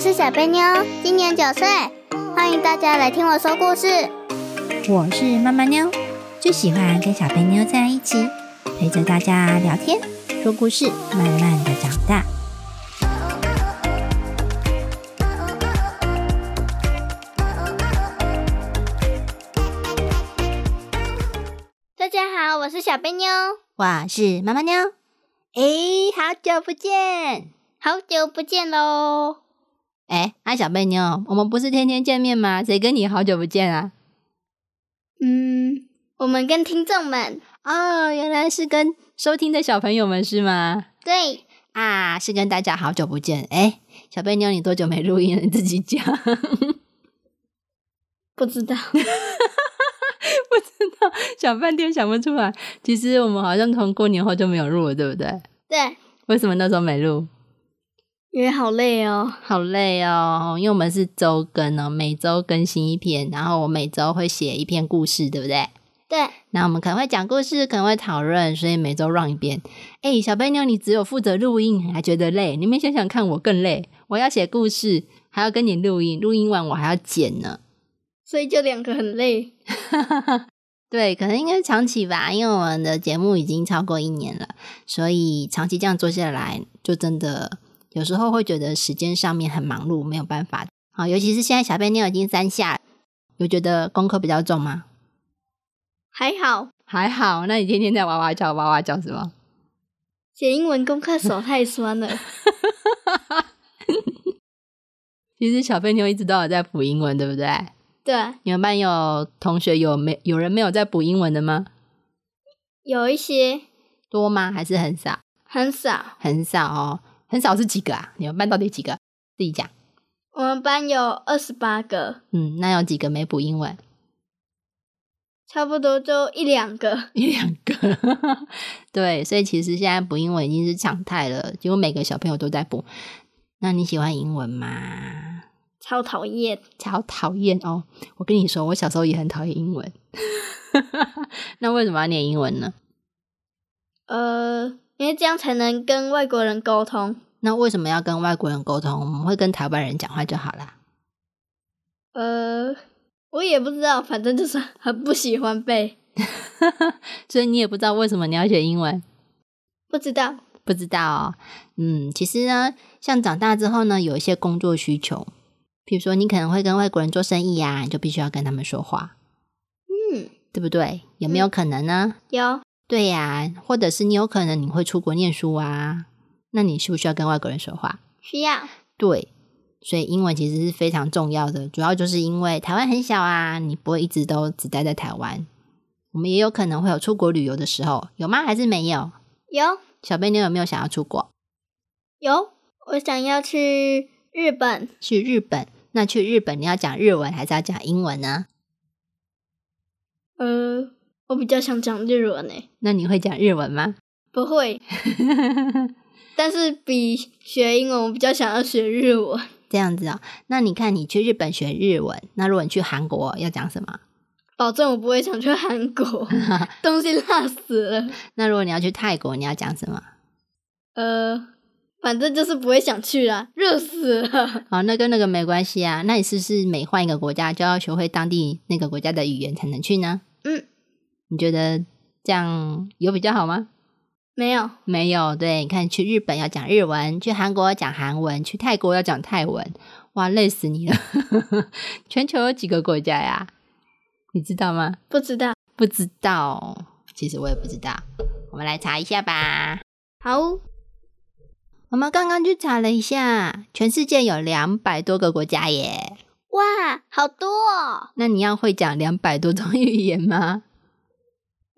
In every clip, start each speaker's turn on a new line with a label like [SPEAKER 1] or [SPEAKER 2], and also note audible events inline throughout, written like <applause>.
[SPEAKER 1] 是小贝妞，今年九岁，欢迎大家来听我说故事。
[SPEAKER 2] 我是妈妈妞，最喜欢跟小贝妞在一起，陪着大家聊天、说故事，慢慢的长大。
[SPEAKER 1] 大家好，我是小贝妞，
[SPEAKER 2] 我是妈妈妞，诶，好久不见！
[SPEAKER 1] 好久不见喽！
[SPEAKER 2] 哎，啊小贝妞，我们不是天天见面吗？谁跟你好久不见啊？
[SPEAKER 1] 嗯，我们跟听众们，
[SPEAKER 2] 哦，原来是跟收听的小朋友们是吗？
[SPEAKER 1] 对，
[SPEAKER 2] 啊，是跟大家好久不见。哎，小贝妞，你多久没录音了？你自己讲。
[SPEAKER 1] 不知 <laughs> 道，
[SPEAKER 2] 不知道， <laughs> 想半天想不出来。其实我们好像从过年后就没有录了，对不对？
[SPEAKER 1] 对，
[SPEAKER 2] 为什么那时候没录？
[SPEAKER 1] 因为好累哦。
[SPEAKER 2] 好累哦，因为我们是周更哦，每周更新一篇，然后我每周会写一篇故事，对不对？
[SPEAKER 1] 对，
[SPEAKER 2] 那我们可能会讲故事，可能会讨论，所以每周 run 一遍。哎，小贝妞，你只有负责录音，你还觉得累？你们想想看，我更累，我要写故事，还要跟你录音，录音完我还要剪呢。
[SPEAKER 1] 所以就两个很累。
[SPEAKER 2] 对，可能应该是长期吧，因为我们的节目已经超过一年了，所以长期这样做下来，就真的有时候会觉得时间上面很忙碌，没有办法。好，尤其是现在小贝妞已经三下了，有觉得功课比较重吗？
[SPEAKER 1] 还好
[SPEAKER 2] 还好，那你天天在哇哇叫哇哇叫是吗？
[SPEAKER 1] 写英文功课手太酸 <laughs> 了。
[SPEAKER 2] 其实小贝妞一直都有在补英文，对不对？
[SPEAKER 1] 对，
[SPEAKER 2] 你们班有同学有没有人没有在补英文的吗？
[SPEAKER 1] 有一些
[SPEAKER 2] 多吗？还是很少？
[SPEAKER 1] 很少。
[SPEAKER 2] 很少哦，很少是几个啊？你们班到底几个？自己讲。
[SPEAKER 1] 我们班有二十八个，
[SPEAKER 2] 嗯，那有几个没补英文？
[SPEAKER 1] 差不多就一两个。
[SPEAKER 2] <laughs> 一两个， <laughs> 对，所以其实现在补英文已经是常态了，几乎每个小朋友都在补。那你喜欢英文吗？
[SPEAKER 1] 超讨厌，
[SPEAKER 2] 超讨厌哦！我跟你说，我小时候也很讨厌英文。 <laughs> 那为什么要念英文呢？
[SPEAKER 1] 呃，因为这样才能跟外国人沟通。
[SPEAKER 2] 那为什么要跟外国人沟通？我们会跟台湾人讲话就好啦。 <laughs>
[SPEAKER 1] 呃，我也不知道，反正就是很不喜欢背。
[SPEAKER 2] 所以你也不知道为什么你要学英文。
[SPEAKER 1] 不知道，
[SPEAKER 2] 不知道、哦，嗯，其实呢，像长大之后呢，有一些工作需求，比如说你可能会跟外国人做生意啊，你就必须要跟他们说话，
[SPEAKER 1] 嗯，
[SPEAKER 2] 对不对？有没有可能呢？
[SPEAKER 1] 有
[SPEAKER 2] 对呀、或者是你有可能你会出国念书啊，那你需不需要跟外国人说话？
[SPEAKER 1] 需要，
[SPEAKER 2] 对，所以英文其实是非常重要的，主要就是因为台湾很小啊，你不会一直都只待在台湾，我们也有可能会有出国旅游的时候，有吗？还是没有？
[SPEAKER 1] 有
[SPEAKER 2] 小贝妞有没有想要出国？
[SPEAKER 1] 有。我想要去日本，
[SPEAKER 2] 去日本，那去日本你要讲日文还是要讲英文呢？
[SPEAKER 1] 呃，我比较想讲日文诶，
[SPEAKER 2] 那你会讲日文吗？
[SPEAKER 1] 不会，但是比学英文，我比较想要学日文。
[SPEAKER 2] 这样子哦，那你看你去日本学日文，那如果你去韩国要讲什么？
[SPEAKER 1] 保证我不会想去韩国，东西辣死了。
[SPEAKER 2] 那如果你要去泰国，你要讲什么？
[SPEAKER 1] 呃，反正就是不会想去啦，热死了。
[SPEAKER 2] 哦，那跟那个没关系啊。那你是不是每换一个国家就要学会当地那个国家的语言才能去呢？
[SPEAKER 1] 嗯，
[SPEAKER 2] 你觉得这样有比较好吗？
[SPEAKER 1] 没有，
[SPEAKER 2] 没有，对，你看去日本要讲日文，去韩国要讲韩文，去泰国要讲泰文，哇，累死你了！ <laughs> 全球有几个国家呀？你知道吗？
[SPEAKER 1] 不知道。
[SPEAKER 2] 不知道，其实我也不知道。我们来查一下吧。
[SPEAKER 1] 好，
[SPEAKER 2] 我们刚刚去查了一下，全世界有两百多个国家耶。
[SPEAKER 1] 哇，好多、哦。
[SPEAKER 2] 那你要会讲两百多种 <laughs> 语言吗？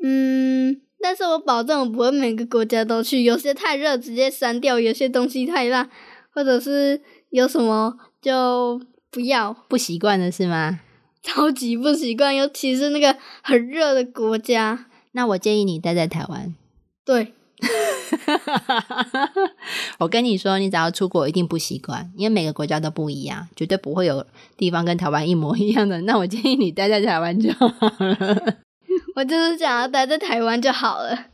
[SPEAKER 1] 嗯，但是我保证我不会每个国家都去，有些太热直接删掉，有些东西太辣，或者是有什么就不要，
[SPEAKER 2] 不习惯的是吗？
[SPEAKER 1] 超级不习惯，尤其是那个很热的国家。
[SPEAKER 2] 那我建议你待在台湾。
[SPEAKER 1] 对，
[SPEAKER 2] <laughs> 我跟你说，你只要出国一定不习惯，因为每个国家都不一样，绝对不会有地方跟台湾一模一样的。那我建议你待在台湾就好 <laughs> 了。
[SPEAKER 1] 我就是想要待在台湾就好了，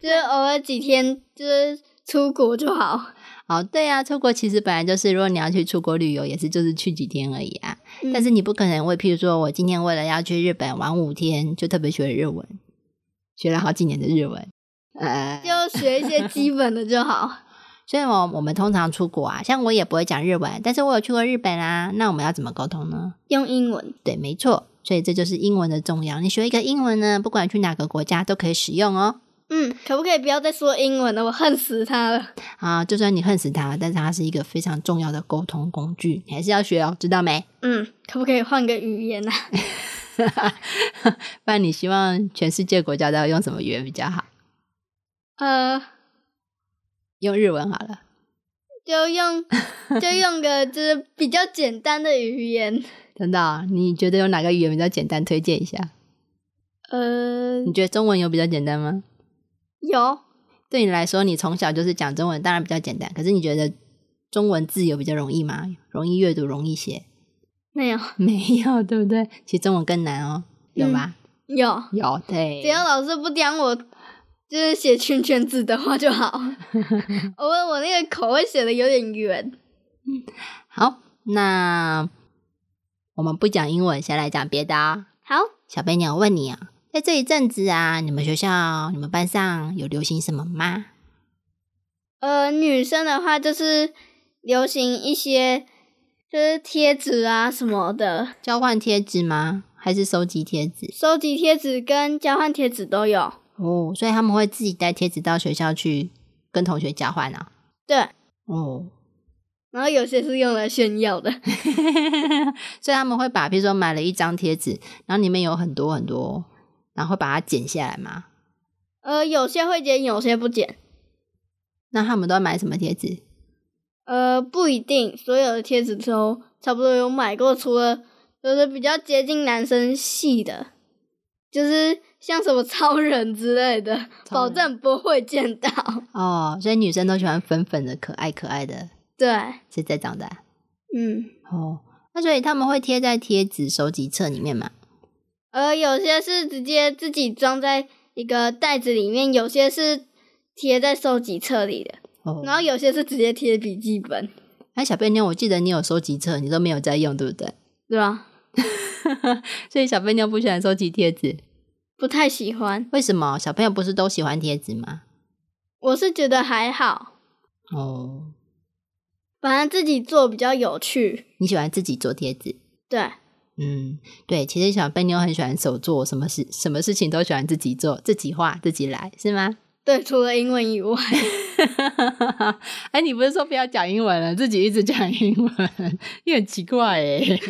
[SPEAKER 1] 就是偶尔几天，就是出国就好。
[SPEAKER 2] 哦，对啊，出国其实本来就是，如果你要去出国旅游，也是就是去几天而已啊。
[SPEAKER 1] 嗯
[SPEAKER 2] 但是你不可能为，譬如说我今天为了要去日本玩五天，就特别学日文，学了好几年的日文。呃， <laughs>
[SPEAKER 1] 就学一些基本的就好。
[SPEAKER 2] 所以我我们通常出国啊，像我也不会讲日文，但是我有去过日本啊，那我们要怎么沟通呢？
[SPEAKER 1] <laughs> 用英文，
[SPEAKER 2] 对，没错，所以这就是英文的重要。你学一个英文呢，不管去哪个国家都可以使用哦。
[SPEAKER 1] 嗯，可不可以不要再说英文了？我恨死他了。
[SPEAKER 2] 啊，就算你恨死它，但是它是一个非常重要的沟通工具，你还是要学哦，知道没？ <laughs>
[SPEAKER 1] 嗯，可不可以换个语言啊？
[SPEAKER 2] 不然你希望全世界国家都要用什么语言比较好？
[SPEAKER 1] 呃，
[SPEAKER 2] 用日文好了。
[SPEAKER 1] 就用就用个就是比较简单的语言。
[SPEAKER 2] 真的哦、你觉得有哪个语言比较简单？推荐一下。
[SPEAKER 1] 呃，
[SPEAKER 2] 你觉得中文有比较简单吗？
[SPEAKER 1] 有
[SPEAKER 2] 对你来说，你从小就是讲中文，当然比较简单。可是你觉得中文字有比较容易吗？容易阅读，容易写？
[SPEAKER 1] 没有？
[SPEAKER 2] <laughs> 没有，对不对？其实中文更难哦，有吧？
[SPEAKER 1] 有，
[SPEAKER 2] 有，对。
[SPEAKER 1] 只要老师不刁我，就是写圈圈字的话就好。 <laughs> 我我那个口味写的有点圆。
[SPEAKER 2] 好，那我们不讲英文，先来讲别的啊、
[SPEAKER 1] 好，
[SPEAKER 2] 小贝鸟问你啊，在这一阵子啊，你们学校、你们班上有流行什么吗？
[SPEAKER 1] 呃，女生的话就是流行一些就是贴纸啊什么的，
[SPEAKER 2] 交换贴纸吗？还是收集贴纸？
[SPEAKER 1] 收集贴纸跟交换贴纸都有。
[SPEAKER 2] 哦，所以他们会自己带贴纸到学校去跟同学交换啊。
[SPEAKER 1] 对，
[SPEAKER 2] 哦，
[SPEAKER 1] 然后有些是用来炫耀的。
[SPEAKER 2] <laughs> 所以他们会把，比如说买了一张贴纸，然后里面有很多很多，然后会把它剪下来嘛。
[SPEAKER 1] 呃，有些会剪，有些不剪。
[SPEAKER 2] 那他们都要买什么贴纸？
[SPEAKER 1] 呃，不一定，所有的贴纸都差不多有买过，除了就是比较接近男生系的，就是像什么超人之类的，
[SPEAKER 2] 超
[SPEAKER 1] 保
[SPEAKER 2] 人
[SPEAKER 1] 证不会见到。
[SPEAKER 2] 哦，所以女生都喜欢粉粉的、可爱可爱的，
[SPEAKER 1] 对，
[SPEAKER 2] 是这样的啊、
[SPEAKER 1] 嗯，
[SPEAKER 2] 哦，那所以他们会贴在贴纸收集册里面嘛？
[SPEAKER 1] 呃，有些是直接自己装在一个袋子里面，有些是贴在收集册里的，
[SPEAKER 2] 哦，
[SPEAKER 1] 然后有些是直接贴笔记本，
[SPEAKER 2] 哎，小贝妞，我记得你有收集册，你都没有在用，对不对？ <laughs>
[SPEAKER 1] 对吧？
[SPEAKER 2] 所以小贝妞不喜欢收集贴纸，
[SPEAKER 1] 不太喜欢，
[SPEAKER 2] 为什么？小朋友不是都喜欢贴纸吗？
[SPEAKER 1] 我是觉得还好，
[SPEAKER 2] 哦，
[SPEAKER 1] 反正自己做比较有趣。
[SPEAKER 2] 你喜欢自己做贴纸？
[SPEAKER 1] 对，
[SPEAKER 2] 嗯，对，其实小贝妞很喜欢手做，什么事什么事情都喜欢自己做，自己画，自己来，是吗？
[SPEAKER 1] 对，除了英文以外，
[SPEAKER 2] <laughs> 哎，你不是说不要讲英文了，自己一直讲英文，你很奇怪耶。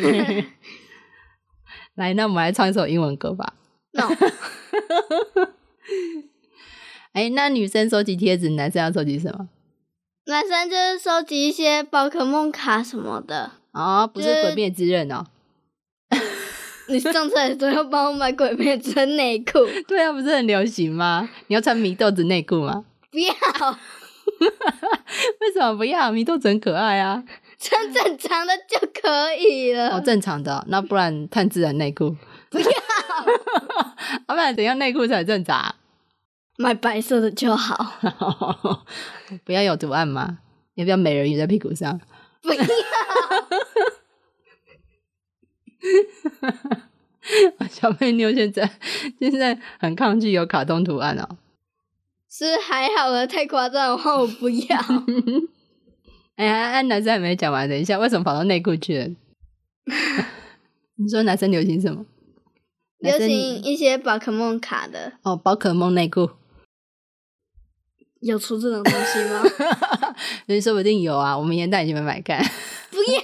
[SPEAKER 2] 来，那我们来唱一首英文歌吧。
[SPEAKER 1] no，
[SPEAKER 2] 哎，那女生收集贴纸，男生要收集什么？
[SPEAKER 1] <laughs> 男生就是收集一些宝可梦卡什么的。
[SPEAKER 2] 哦，不是
[SPEAKER 1] 就是
[SPEAKER 2] 鬼灭之刃哦。 <laughs>
[SPEAKER 1] 你上次还说要帮我买鬼灭之刃内裤， <laughs>
[SPEAKER 2] 对啊，不是很流行吗？你要穿米豆子内裤吗？
[SPEAKER 1] 不要，
[SPEAKER 2] <laughs> 为什么不要？米豆子很可爱啊。
[SPEAKER 1] 穿正常的就可以了。
[SPEAKER 2] 哦，正常的哦、那不然碳自然内裤。不要， <laughs> 啊，不然怎样内裤才正常啊？
[SPEAKER 1] 买白色的就好，
[SPEAKER 2] <laughs> 不要有图案吗？要不要美人鱼在屁股上？
[SPEAKER 1] 不要。
[SPEAKER 2] <laughs> 小妹妞现在现在很抗拒有卡通图案哦。
[SPEAKER 1] 是还好了，太夸张的话我不 <laughs> 要。
[SPEAKER 2] 哎呀，安男生还没讲完，等一下，为什么跑到内裤去了？你说男生流行什么？
[SPEAKER 1] 流
[SPEAKER 2] 男生
[SPEAKER 1] 行一些宝可梦卡的，
[SPEAKER 2] 哦，宝可梦内
[SPEAKER 1] <laughs>
[SPEAKER 2] 裤，
[SPEAKER 1] 有出这种东西 <laughs> 吗？
[SPEAKER 2] 所以说不定有啊。我们年代已经没买干，
[SPEAKER 1] 不要，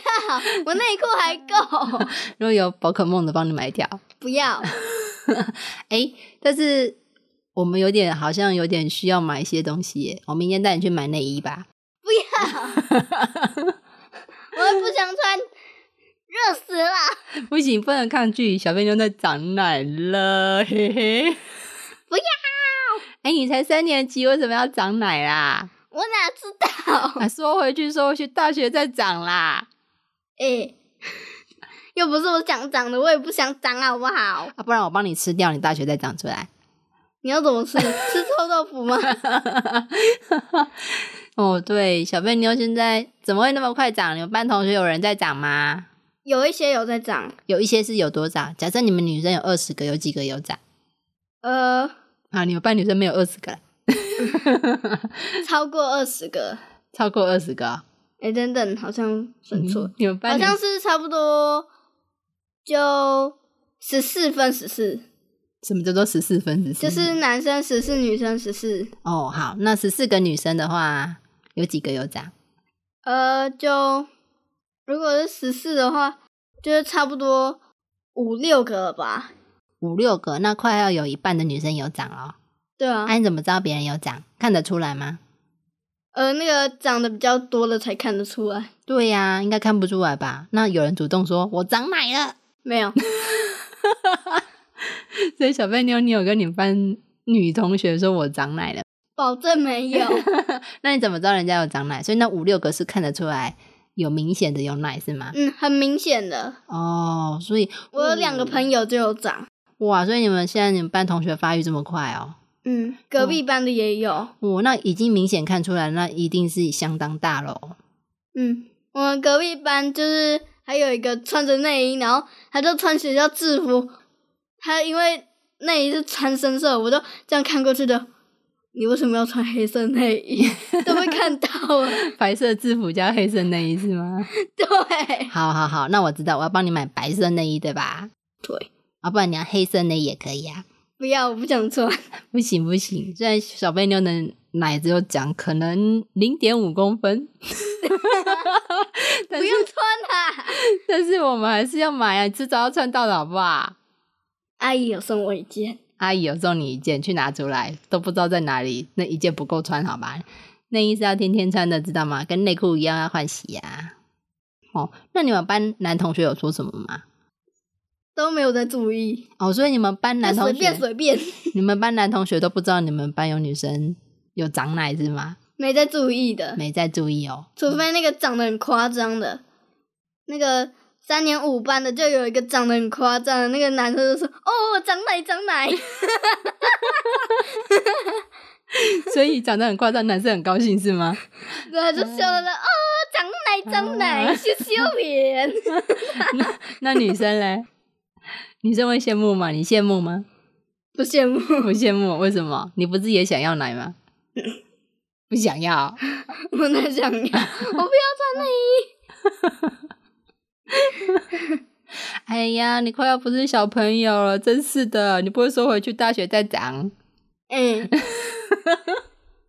[SPEAKER 1] 我内裤还够，
[SPEAKER 2] 如果有宝可梦的，帮你买一条。
[SPEAKER 1] 不要。
[SPEAKER 2] 哎，但是我们有点好像有点需要买一些东西耶。我明天带你去买内衣吧。 <laughs>
[SPEAKER 1] 我又不想穿，热死了！
[SPEAKER 2] 不行，不能抗拒，小便妞在长奶了，嘿嘿。
[SPEAKER 1] 不
[SPEAKER 2] <laughs>
[SPEAKER 1] 要！
[SPEAKER 2] 哎，你才三年级，为什么要长
[SPEAKER 1] <laughs>
[SPEAKER 2] 奶啦？
[SPEAKER 1] 我哪知道？ <laughs>
[SPEAKER 2] 啊，说回去，说回去，大学再长啦。
[SPEAKER 1] 哎、又不是我想长的，我也不想长，好不好？
[SPEAKER 2] 啊，不然我帮你吃掉，你大学再长出来。 <laughs>
[SPEAKER 1] 你要怎么吃？吃臭豆腐吗？
[SPEAKER 2] 哦，对，小贝妞现在怎么会那么快长？你们班同学有人在长吗？
[SPEAKER 1] 有一些有在长，
[SPEAKER 2] 有一些是有多少？假设你们女生有二十个，有几个有长？
[SPEAKER 1] 呃，
[SPEAKER 2] 啊，你们班女生没有二十个啦，
[SPEAKER 1] 超过二十个。
[SPEAKER 2] 超过二十个哦、
[SPEAKER 1] 哎、等等，好像算错，
[SPEAKER 2] 嗯你们班
[SPEAKER 1] 好
[SPEAKER 2] 女
[SPEAKER 1] 像是差不多就十四分十四，
[SPEAKER 2] 什么叫做十四分？14
[SPEAKER 1] 就是男生十四，女生十四，
[SPEAKER 2] 哦，好，那十四个女生的话，有几个有长？
[SPEAKER 1] 呃，就如果是十四的话，就是差不多五六个了吧？
[SPEAKER 2] 五六个，那快要有一半的女生有长了。
[SPEAKER 1] 对啊
[SPEAKER 2] 那、，你怎么知道别人有长？看得出来吗？
[SPEAKER 1] 呃，那个长得比较多的才看得出来，
[SPEAKER 2] 对呀、应该看不出来吧？那有人主动说“我长奶了 <laughs>
[SPEAKER 1] 没有，”，
[SPEAKER 2] 所以小贝妞，你有跟你们班女同学说“我长奶了
[SPEAKER 1] 保证没有。”，
[SPEAKER 2] 那你怎么知道人家有长奶？所以那五六个是看得出来有明显的有奶是吗？
[SPEAKER 1] 嗯，很明显的，
[SPEAKER 2] 哦，所以
[SPEAKER 1] 我有两个
[SPEAKER 2] 友、
[SPEAKER 1] 朋友就有长，
[SPEAKER 2] 哇，所以你们现在你们班同学发育这么快哦。
[SPEAKER 1] 嗯，隔壁班的也有，
[SPEAKER 2] 哦，那已经明显看出来，那一定是相当大喽。
[SPEAKER 1] 嗯，我们隔壁班就是还有一个穿着内衣，然后他就穿学校制服，他因为内衣是穿深色，我就这样看过去的。你为什么要穿黑色内衣？都会看到啊！
[SPEAKER 2] <laughs> 白色制服加黑色内衣是吗？ <laughs>
[SPEAKER 1] 对，
[SPEAKER 2] 好好好，那我知道，我要帮你买白色内衣，对吧？
[SPEAKER 1] 对，
[SPEAKER 2] 啊，不然你要黑色内衣也可以啊。
[SPEAKER 1] 不要，我不想穿。
[SPEAKER 2] 不行不行，虽然小贝妞的奶只有长可能零点五公分， <laughs> 但
[SPEAKER 1] 不
[SPEAKER 2] 是
[SPEAKER 1] 用穿啦、啊
[SPEAKER 2] 但是我们还是要买啊，迟早要穿到的好不好？
[SPEAKER 1] 阿姨有送我一件，
[SPEAKER 2] 阿姨有送你一件，去拿出来，都不知道在哪里，那一件不够穿，好吧？内衣是要天天穿的，知道吗？跟内裤一样要换洗呀、哦，那你们班男同学有说什么吗？
[SPEAKER 1] 都没有在注意，
[SPEAKER 2] 哦，所以你们班男
[SPEAKER 1] 就随
[SPEAKER 2] 同
[SPEAKER 1] 便
[SPEAKER 2] 学，
[SPEAKER 1] 随便，
[SPEAKER 2] 你们班男同学都不知道你们班有女生有长奶是吗？
[SPEAKER 1] 没在注意的。
[SPEAKER 2] 没在注意哦。
[SPEAKER 1] 除非那个长得很夸张的，那个三年五班的就有一个长得很夸张的，那个男生就说：“哦，长奶长奶。 <laughs>
[SPEAKER 2] 所以长得很夸张，男生很高兴是吗？”
[SPEAKER 1] 然后他就笑了，哦，长奶长奶，
[SPEAKER 2] 啊
[SPEAKER 1] 羞羞脸。 <laughs>
[SPEAKER 2] 那女生嘞？女生会羡慕吗？你羡慕吗？
[SPEAKER 1] 不羡慕，
[SPEAKER 2] 不羡慕，为什么？你不是也想要奶吗？不想要。
[SPEAKER 1] 我哪想 <laughs> 要，我不要穿内衣。
[SPEAKER 2] 哎呀，你快要不是小朋友了，真是的！你不会说回去大学再长？
[SPEAKER 1] 嗯，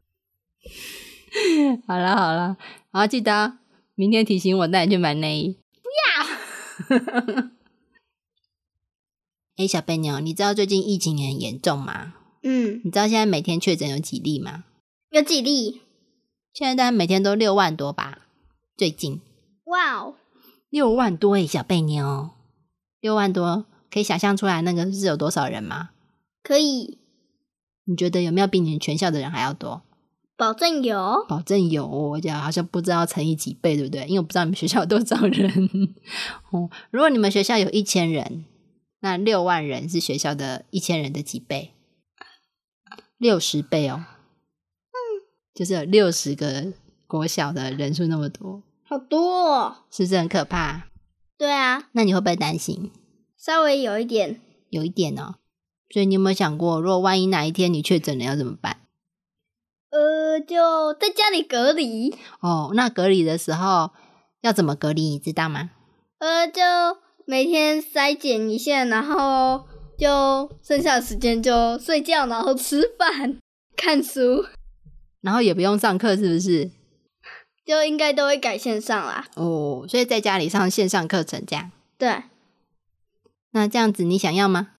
[SPEAKER 2] <laughs> 好了好了，好记得啊明天提醒我带你去买内衣。不要。 <laughs> 哎、小贝妞，你知道最近疫情很严重吗？
[SPEAKER 1] 嗯，
[SPEAKER 2] 你知道现在每天确诊有几例吗？
[SPEAKER 1] 有几例？
[SPEAKER 2] 现在大概每天都六万多吧，最近
[SPEAKER 1] 哇哦，
[SPEAKER 2] 六万多哎、小贝妞，六万多，可以想象出来那个是有多少人吗？
[SPEAKER 1] 可以，
[SPEAKER 2] 你觉得有没有比你们全校的人还要多？
[SPEAKER 1] 保证有。
[SPEAKER 2] 保证有、哦，我觉得好像不知道乘以几倍，对不对？因为我不知道你们学校有多少人。 <laughs> 哦，如果你们学校有一千人，那六万人是学校的一千人的几倍？六十倍哦。就是有六十个国小的人数那么多，
[SPEAKER 1] 好多、哦。
[SPEAKER 2] 是不是很可怕？
[SPEAKER 1] 对啊，
[SPEAKER 2] 那你会不会担心？
[SPEAKER 1] 稍微有一点。
[SPEAKER 2] 有一点哦。所以你有没有想过，如果万一哪一天你确诊了，要怎么办？
[SPEAKER 1] 呃，就在家里隔离。
[SPEAKER 2] 哦，那隔离的时候要怎么隔离，你知道吗？
[SPEAKER 1] 呃，就每天筛检一下，然后就剩下的时间就睡觉，然后吃饭、看书，
[SPEAKER 2] 然后也不用上课，是不是？
[SPEAKER 1] 就应该都会改线上啦。
[SPEAKER 2] 哦，所以在家里上线上课程这样，
[SPEAKER 1] 对，
[SPEAKER 2] 那这样子你想要吗？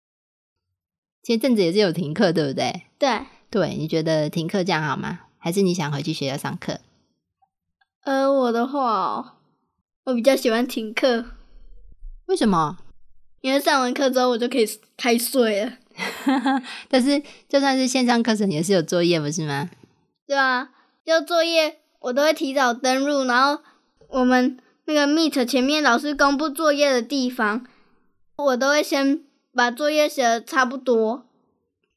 [SPEAKER 2] 前阵子也是有停课，对不对？
[SPEAKER 1] 对，
[SPEAKER 2] 对，你觉得停课这样好吗？还是你想回去学校上课？
[SPEAKER 1] 呃，我的话、哦，我比较喜欢停课，
[SPEAKER 2] 为什么？ <laughs>
[SPEAKER 1] 因为上完课之后我就可以开睡了。
[SPEAKER 2] 但是就算是线上课程，也是有作业，不是吗？
[SPEAKER 1] 对啊，就作业我都会提早登入，然后我们那个 Meet 前面老师公布作业的地方，我都会先把作业写的差不多，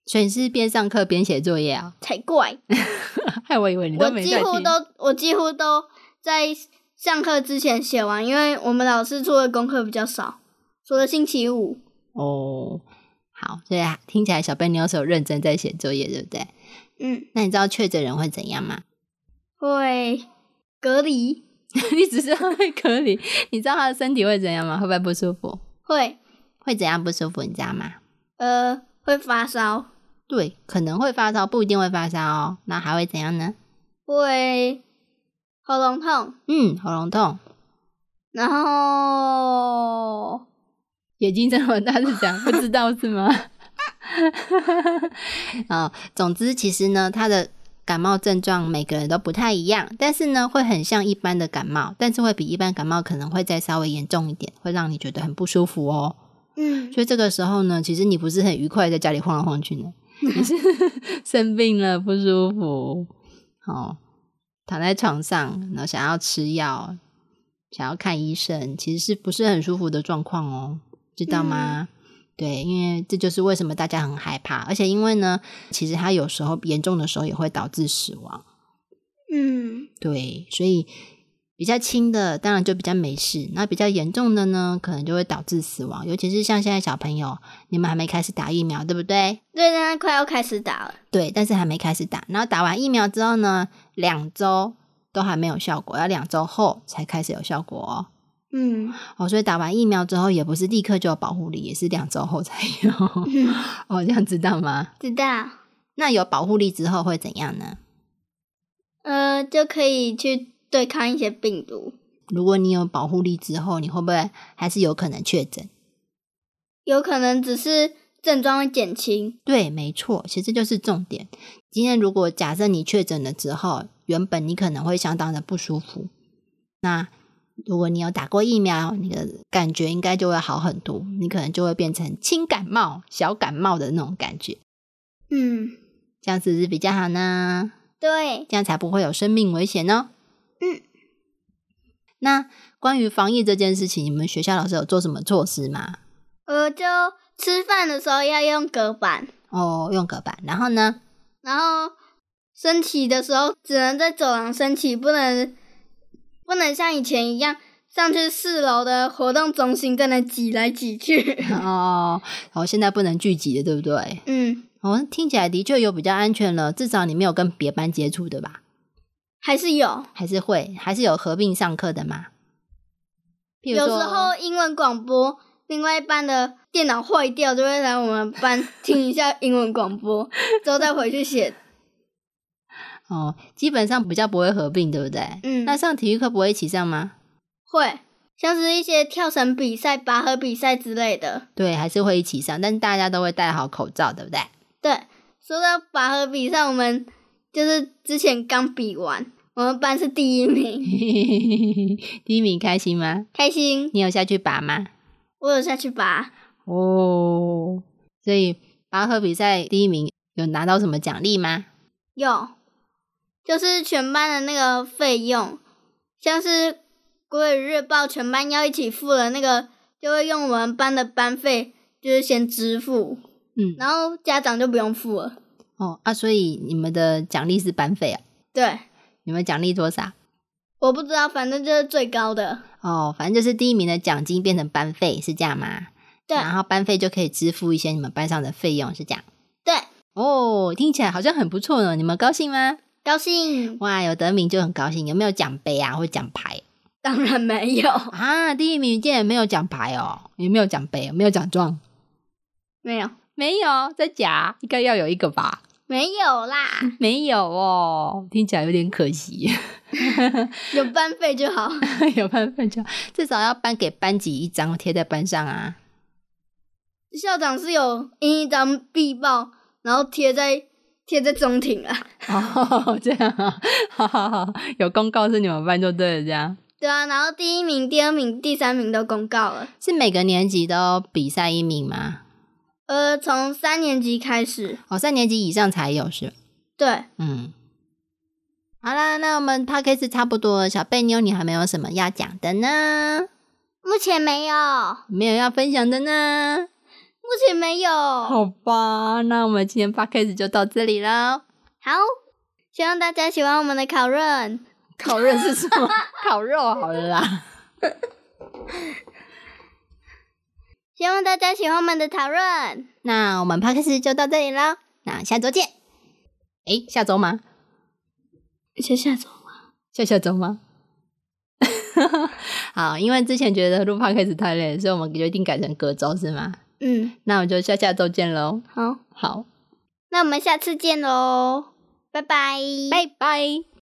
[SPEAKER 2] 所以你是边上课边写作业啊？
[SPEAKER 1] 才怪！
[SPEAKER 2] <laughs> 害我以为你都
[SPEAKER 1] 我
[SPEAKER 2] 没
[SPEAKER 1] 几
[SPEAKER 2] 在
[SPEAKER 1] 乎
[SPEAKER 2] 听。
[SPEAKER 1] 都我几乎都在上课之前写完，因为我们老师做的功课比较少，除了星期五。
[SPEAKER 2] 哦，好，所以啊听起来小贝你有时候认真在写作业，对不对？
[SPEAKER 1] 嗯，
[SPEAKER 2] 那你知道确诊人会怎样吗？ <laughs>
[SPEAKER 1] 会隔离，
[SPEAKER 2] 你只是他会隔离，你知道他的身体会怎样吗？会不会不舒服？
[SPEAKER 1] 会
[SPEAKER 2] 会怎样不舒服？你知道吗？
[SPEAKER 1] 呃会发烧，
[SPEAKER 2] 对，可能会发烧，不一定会发烧哦。那还会怎样呢？
[SPEAKER 1] 会喉咙痛，
[SPEAKER 2] 嗯，喉咙痛，
[SPEAKER 1] 然后
[SPEAKER 2] 眼睛这么大是这样，不知道是吗？ <laughs> 啊、总之其实呢，它的感冒症状每个人都不太一样，但是呢，会很像一般的感冒，但是会比一般感冒可能会再稍微严重一点，会让你觉得很不舒服哦。
[SPEAKER 1] 嗯
[SPEAKER 2] 所以这个时候呢，其实你不是很愉快地在家里晃来晃去呢，你是生病了不舒服，哦，躺在床上，然后想要吃药，想要看医生，其实是不是很舒服的状况哦，知道吗？对，因为这就是为什么大家很害怕，而且因为呢，其实它有时候严重的时候也会导致死亡。
[SPEAKER 1] 嗯
[SPEAKER 2] 对，所以比较轻的当然就比较没事，那比较严重的呢，可能就会导致死亡。尤其是像现在小朋友，你们还没开始打疫苗，对不对？
[SPEAKER 1] 对，现在快要开始打了，
[SPEAKER 2] 对，但是还没开始打。然后打完疫苗之后呢，两周都还没有效果，要两周后才开始有效果哦。
[SPEAKER 1] 嗯
[SPEAKER 2] 哦，所以打完疫苗之后也不是立刻就有保护力，也是两周后才有。
[SPEAKER 1] 嗯，
[SPEAKER 2] 哦，这样知道吗？
[SPEAKER 1] 知道，
[SPEAKER 2] 那有保护力之后会怎样呢？
[SPEAKER 1] 呃就可以去对抗一些病毒，
[SPEAKER 2] 如果你有保护力之后，你会不会还是有可能确诊？
[SPEAKER 1] 有可能只是症状会减轻，
[SPEAKER 2] 对，没错，其实这就是重点。今天如果假设你确诊了之后，原本你可能会相当的不舒服，那如果你有打过疫苗，你的感觉应该就会好很多，你可能就会变成轻感冒、小感冒的那种感觉，
[SPEAKER 1] 嗯，
[SPEAKER 2] 这样子是比较好呢，
[SPEAKER 1] 对，
[SPEAKER 2] 这样才不会有生命危险哦。
[SPEAKER 1] 嗯，
[SPEAKER 2] 那关于防疫这件事情，你们学校老师有做什么措施吗？
[SPEAKER 1] 我就吃饭的时候要用隔板，
[SPEAKER 2] 哦，用隔板，然后呢？ <coughs>
[SPEAKER 1] 然后升旗的时候只能在走廊升旗，不能不能像以前一样上去四楼的活动中心在那挤来挤
[SPEAKER 2] <laughs>
[SPEAKER 1] 去。
[SPEAKER 2] 哦，哦，现在不能聚集了，对不对？
[SPEAKER 1] 嗯，
[SPEAKER 2] 哦，听起来的确有比较安全了，至少你没有跟别班接触的吧？
[SPEAKER 1] 还是有，
[SPEAKER 2] 还是会，还是有合并上课的嘛？譬如
[SPEAKER 1] 有
[SPEAKER 2] 说
[SPEAKER 1] 时候英文广播。另外一班的电脑坏掉，就会来我们班听一下英文广
[SPEAKER 2] <laughs>
[SPEAKER 1] 播，之后再回去写。
[SPEAKER 2] 哦，基本上比较不会合并，对不对？
[SPEAKER 1] 嗯，
[SPEAKER 2] 那上体育课不会一起上吗？
[SPEAKER 1] 会像是一些跳绳比赛、拔河比赛之类的。
[SPEAKER 2] 对，还是会一起上，但大家都会戴好口罩，对不 <laughs> 对？
[SPEAKER 1] 对，说到拔河比赛，我们就是之前刚比完，我们班是第一名，
[SPEAKER 2] 第一名开心吗？
[SPEAKER 1] 开心。
[SPEAKER 2] 你有下去拔吗？
[SPEAKER 1] 我有下去拔，
[SPEAKER 2] 哦，所以拔河比赛第一名有拿到什么奖励吗？
[SPEAKER 1] 有，就是全班的那个费用，像是《国语日报》全班要一起付的那个，就会用我们班的班费，就是先支付，
[SPEAKER 2] 嗯，
[SPEAKER 1] 然后家长就不用付了。
[SPEAKER 2] 哦啊，所以你们的奖励是班费啊？
[SPEAKER 1] 对，
[SPEAKER 2] 你们奖励多少？
[SPEAKER 1] 我不知道，反正就是最高的。
[SPEAKER 2] 哦，反正就是第一名的奖金变成班费，是这样吗？
[SPEAKER 1] 对
[SPEAKER 2] 然后班费就可以支付一些你们班上的费用，是这样。
[SPEAKER 1] 对，
[SPEAKER 2] 哦，听起来好像很不错呢，你们高兴吗？
[SPEAKER 1] 高兴？ <laughs>
[SPEAKER 2] 哇，有得名就很高兴，有没有奖杯啊或奖牌
[SPEAKER 1] 当然没有，
[SPEAKER 2] 啊？第一名竟然没有奖牌哦，也没有奖杯，没有奖状，
[SPEAKER 1] 没有，
[SPEAKER 2] 没有，在假，应该要有一个吧？
[SPEAKER 1] 没有啦。
[SPEAKER 2] 没有哦，听起来有点可惜， <laughs>
[SPEAKER 1] 有班费就好。
[SPEAKER 2] 有办法就至少要颁给班级一张贴在班上啊。
[SPEAKER 1] 校长是有印一张壁报，然后贴在贴在中庭啊。 <laughs>
[SPEAKER 2] <laughs> 哦，这样啊，好好好，有公告是你们班就对了，这样
[SPEAKER 1] 对啊，然后第一名、第二名、第三名都公告了。
[SPEAKER 2] 是每个年级都比赛一名吗？
[SPEAKER 1] 呃，从三年级开始，
[SPEAKER 2] 哦，三年级以上才有是吧？
[SPEAKER 1] 对，
[SPEAKER 2] 嗯，好啦，那我们 p a c k a g e 差不多了，小贝妞，你还没有什么要讲的呢？
[SPEAKER 1] 目前没有，
[SPEAKER 2] 没有要分享的呢？
[SPEAKER 1] 目目前没有。
[SPEAKER 2] 好吧，那我们今天 podcast 就到这里了。
[SPEAKER 1] 好，希望大家喜欢我们的烤润。
[SPEAKER 2] 烤肉是什 <laughs> 么？烤肉好了啦，
[SPEAKER 1] 希望大家喜欢我们的讨论。
[SPEAKER 2] 那我们 podcast 就到这里了，那下周见。诶，下周吗？
[SPEAKER 1] 先下周，
[SPEAKER 2] 下下周吗？ <laughs> 好，因为之前觉得录 podcast 太累，所以我们决定改成隔周是吗？
[SPEAKER 1] 嗯，
[SPEAKER 2] 那我们就下下周见喽。
[SPEAKER 1] 好，
[SPEAKER 2] 好，
[SPEAKER 1] 那我们下次见喽，拜拜，
[SPEAKER 2] 拜拜。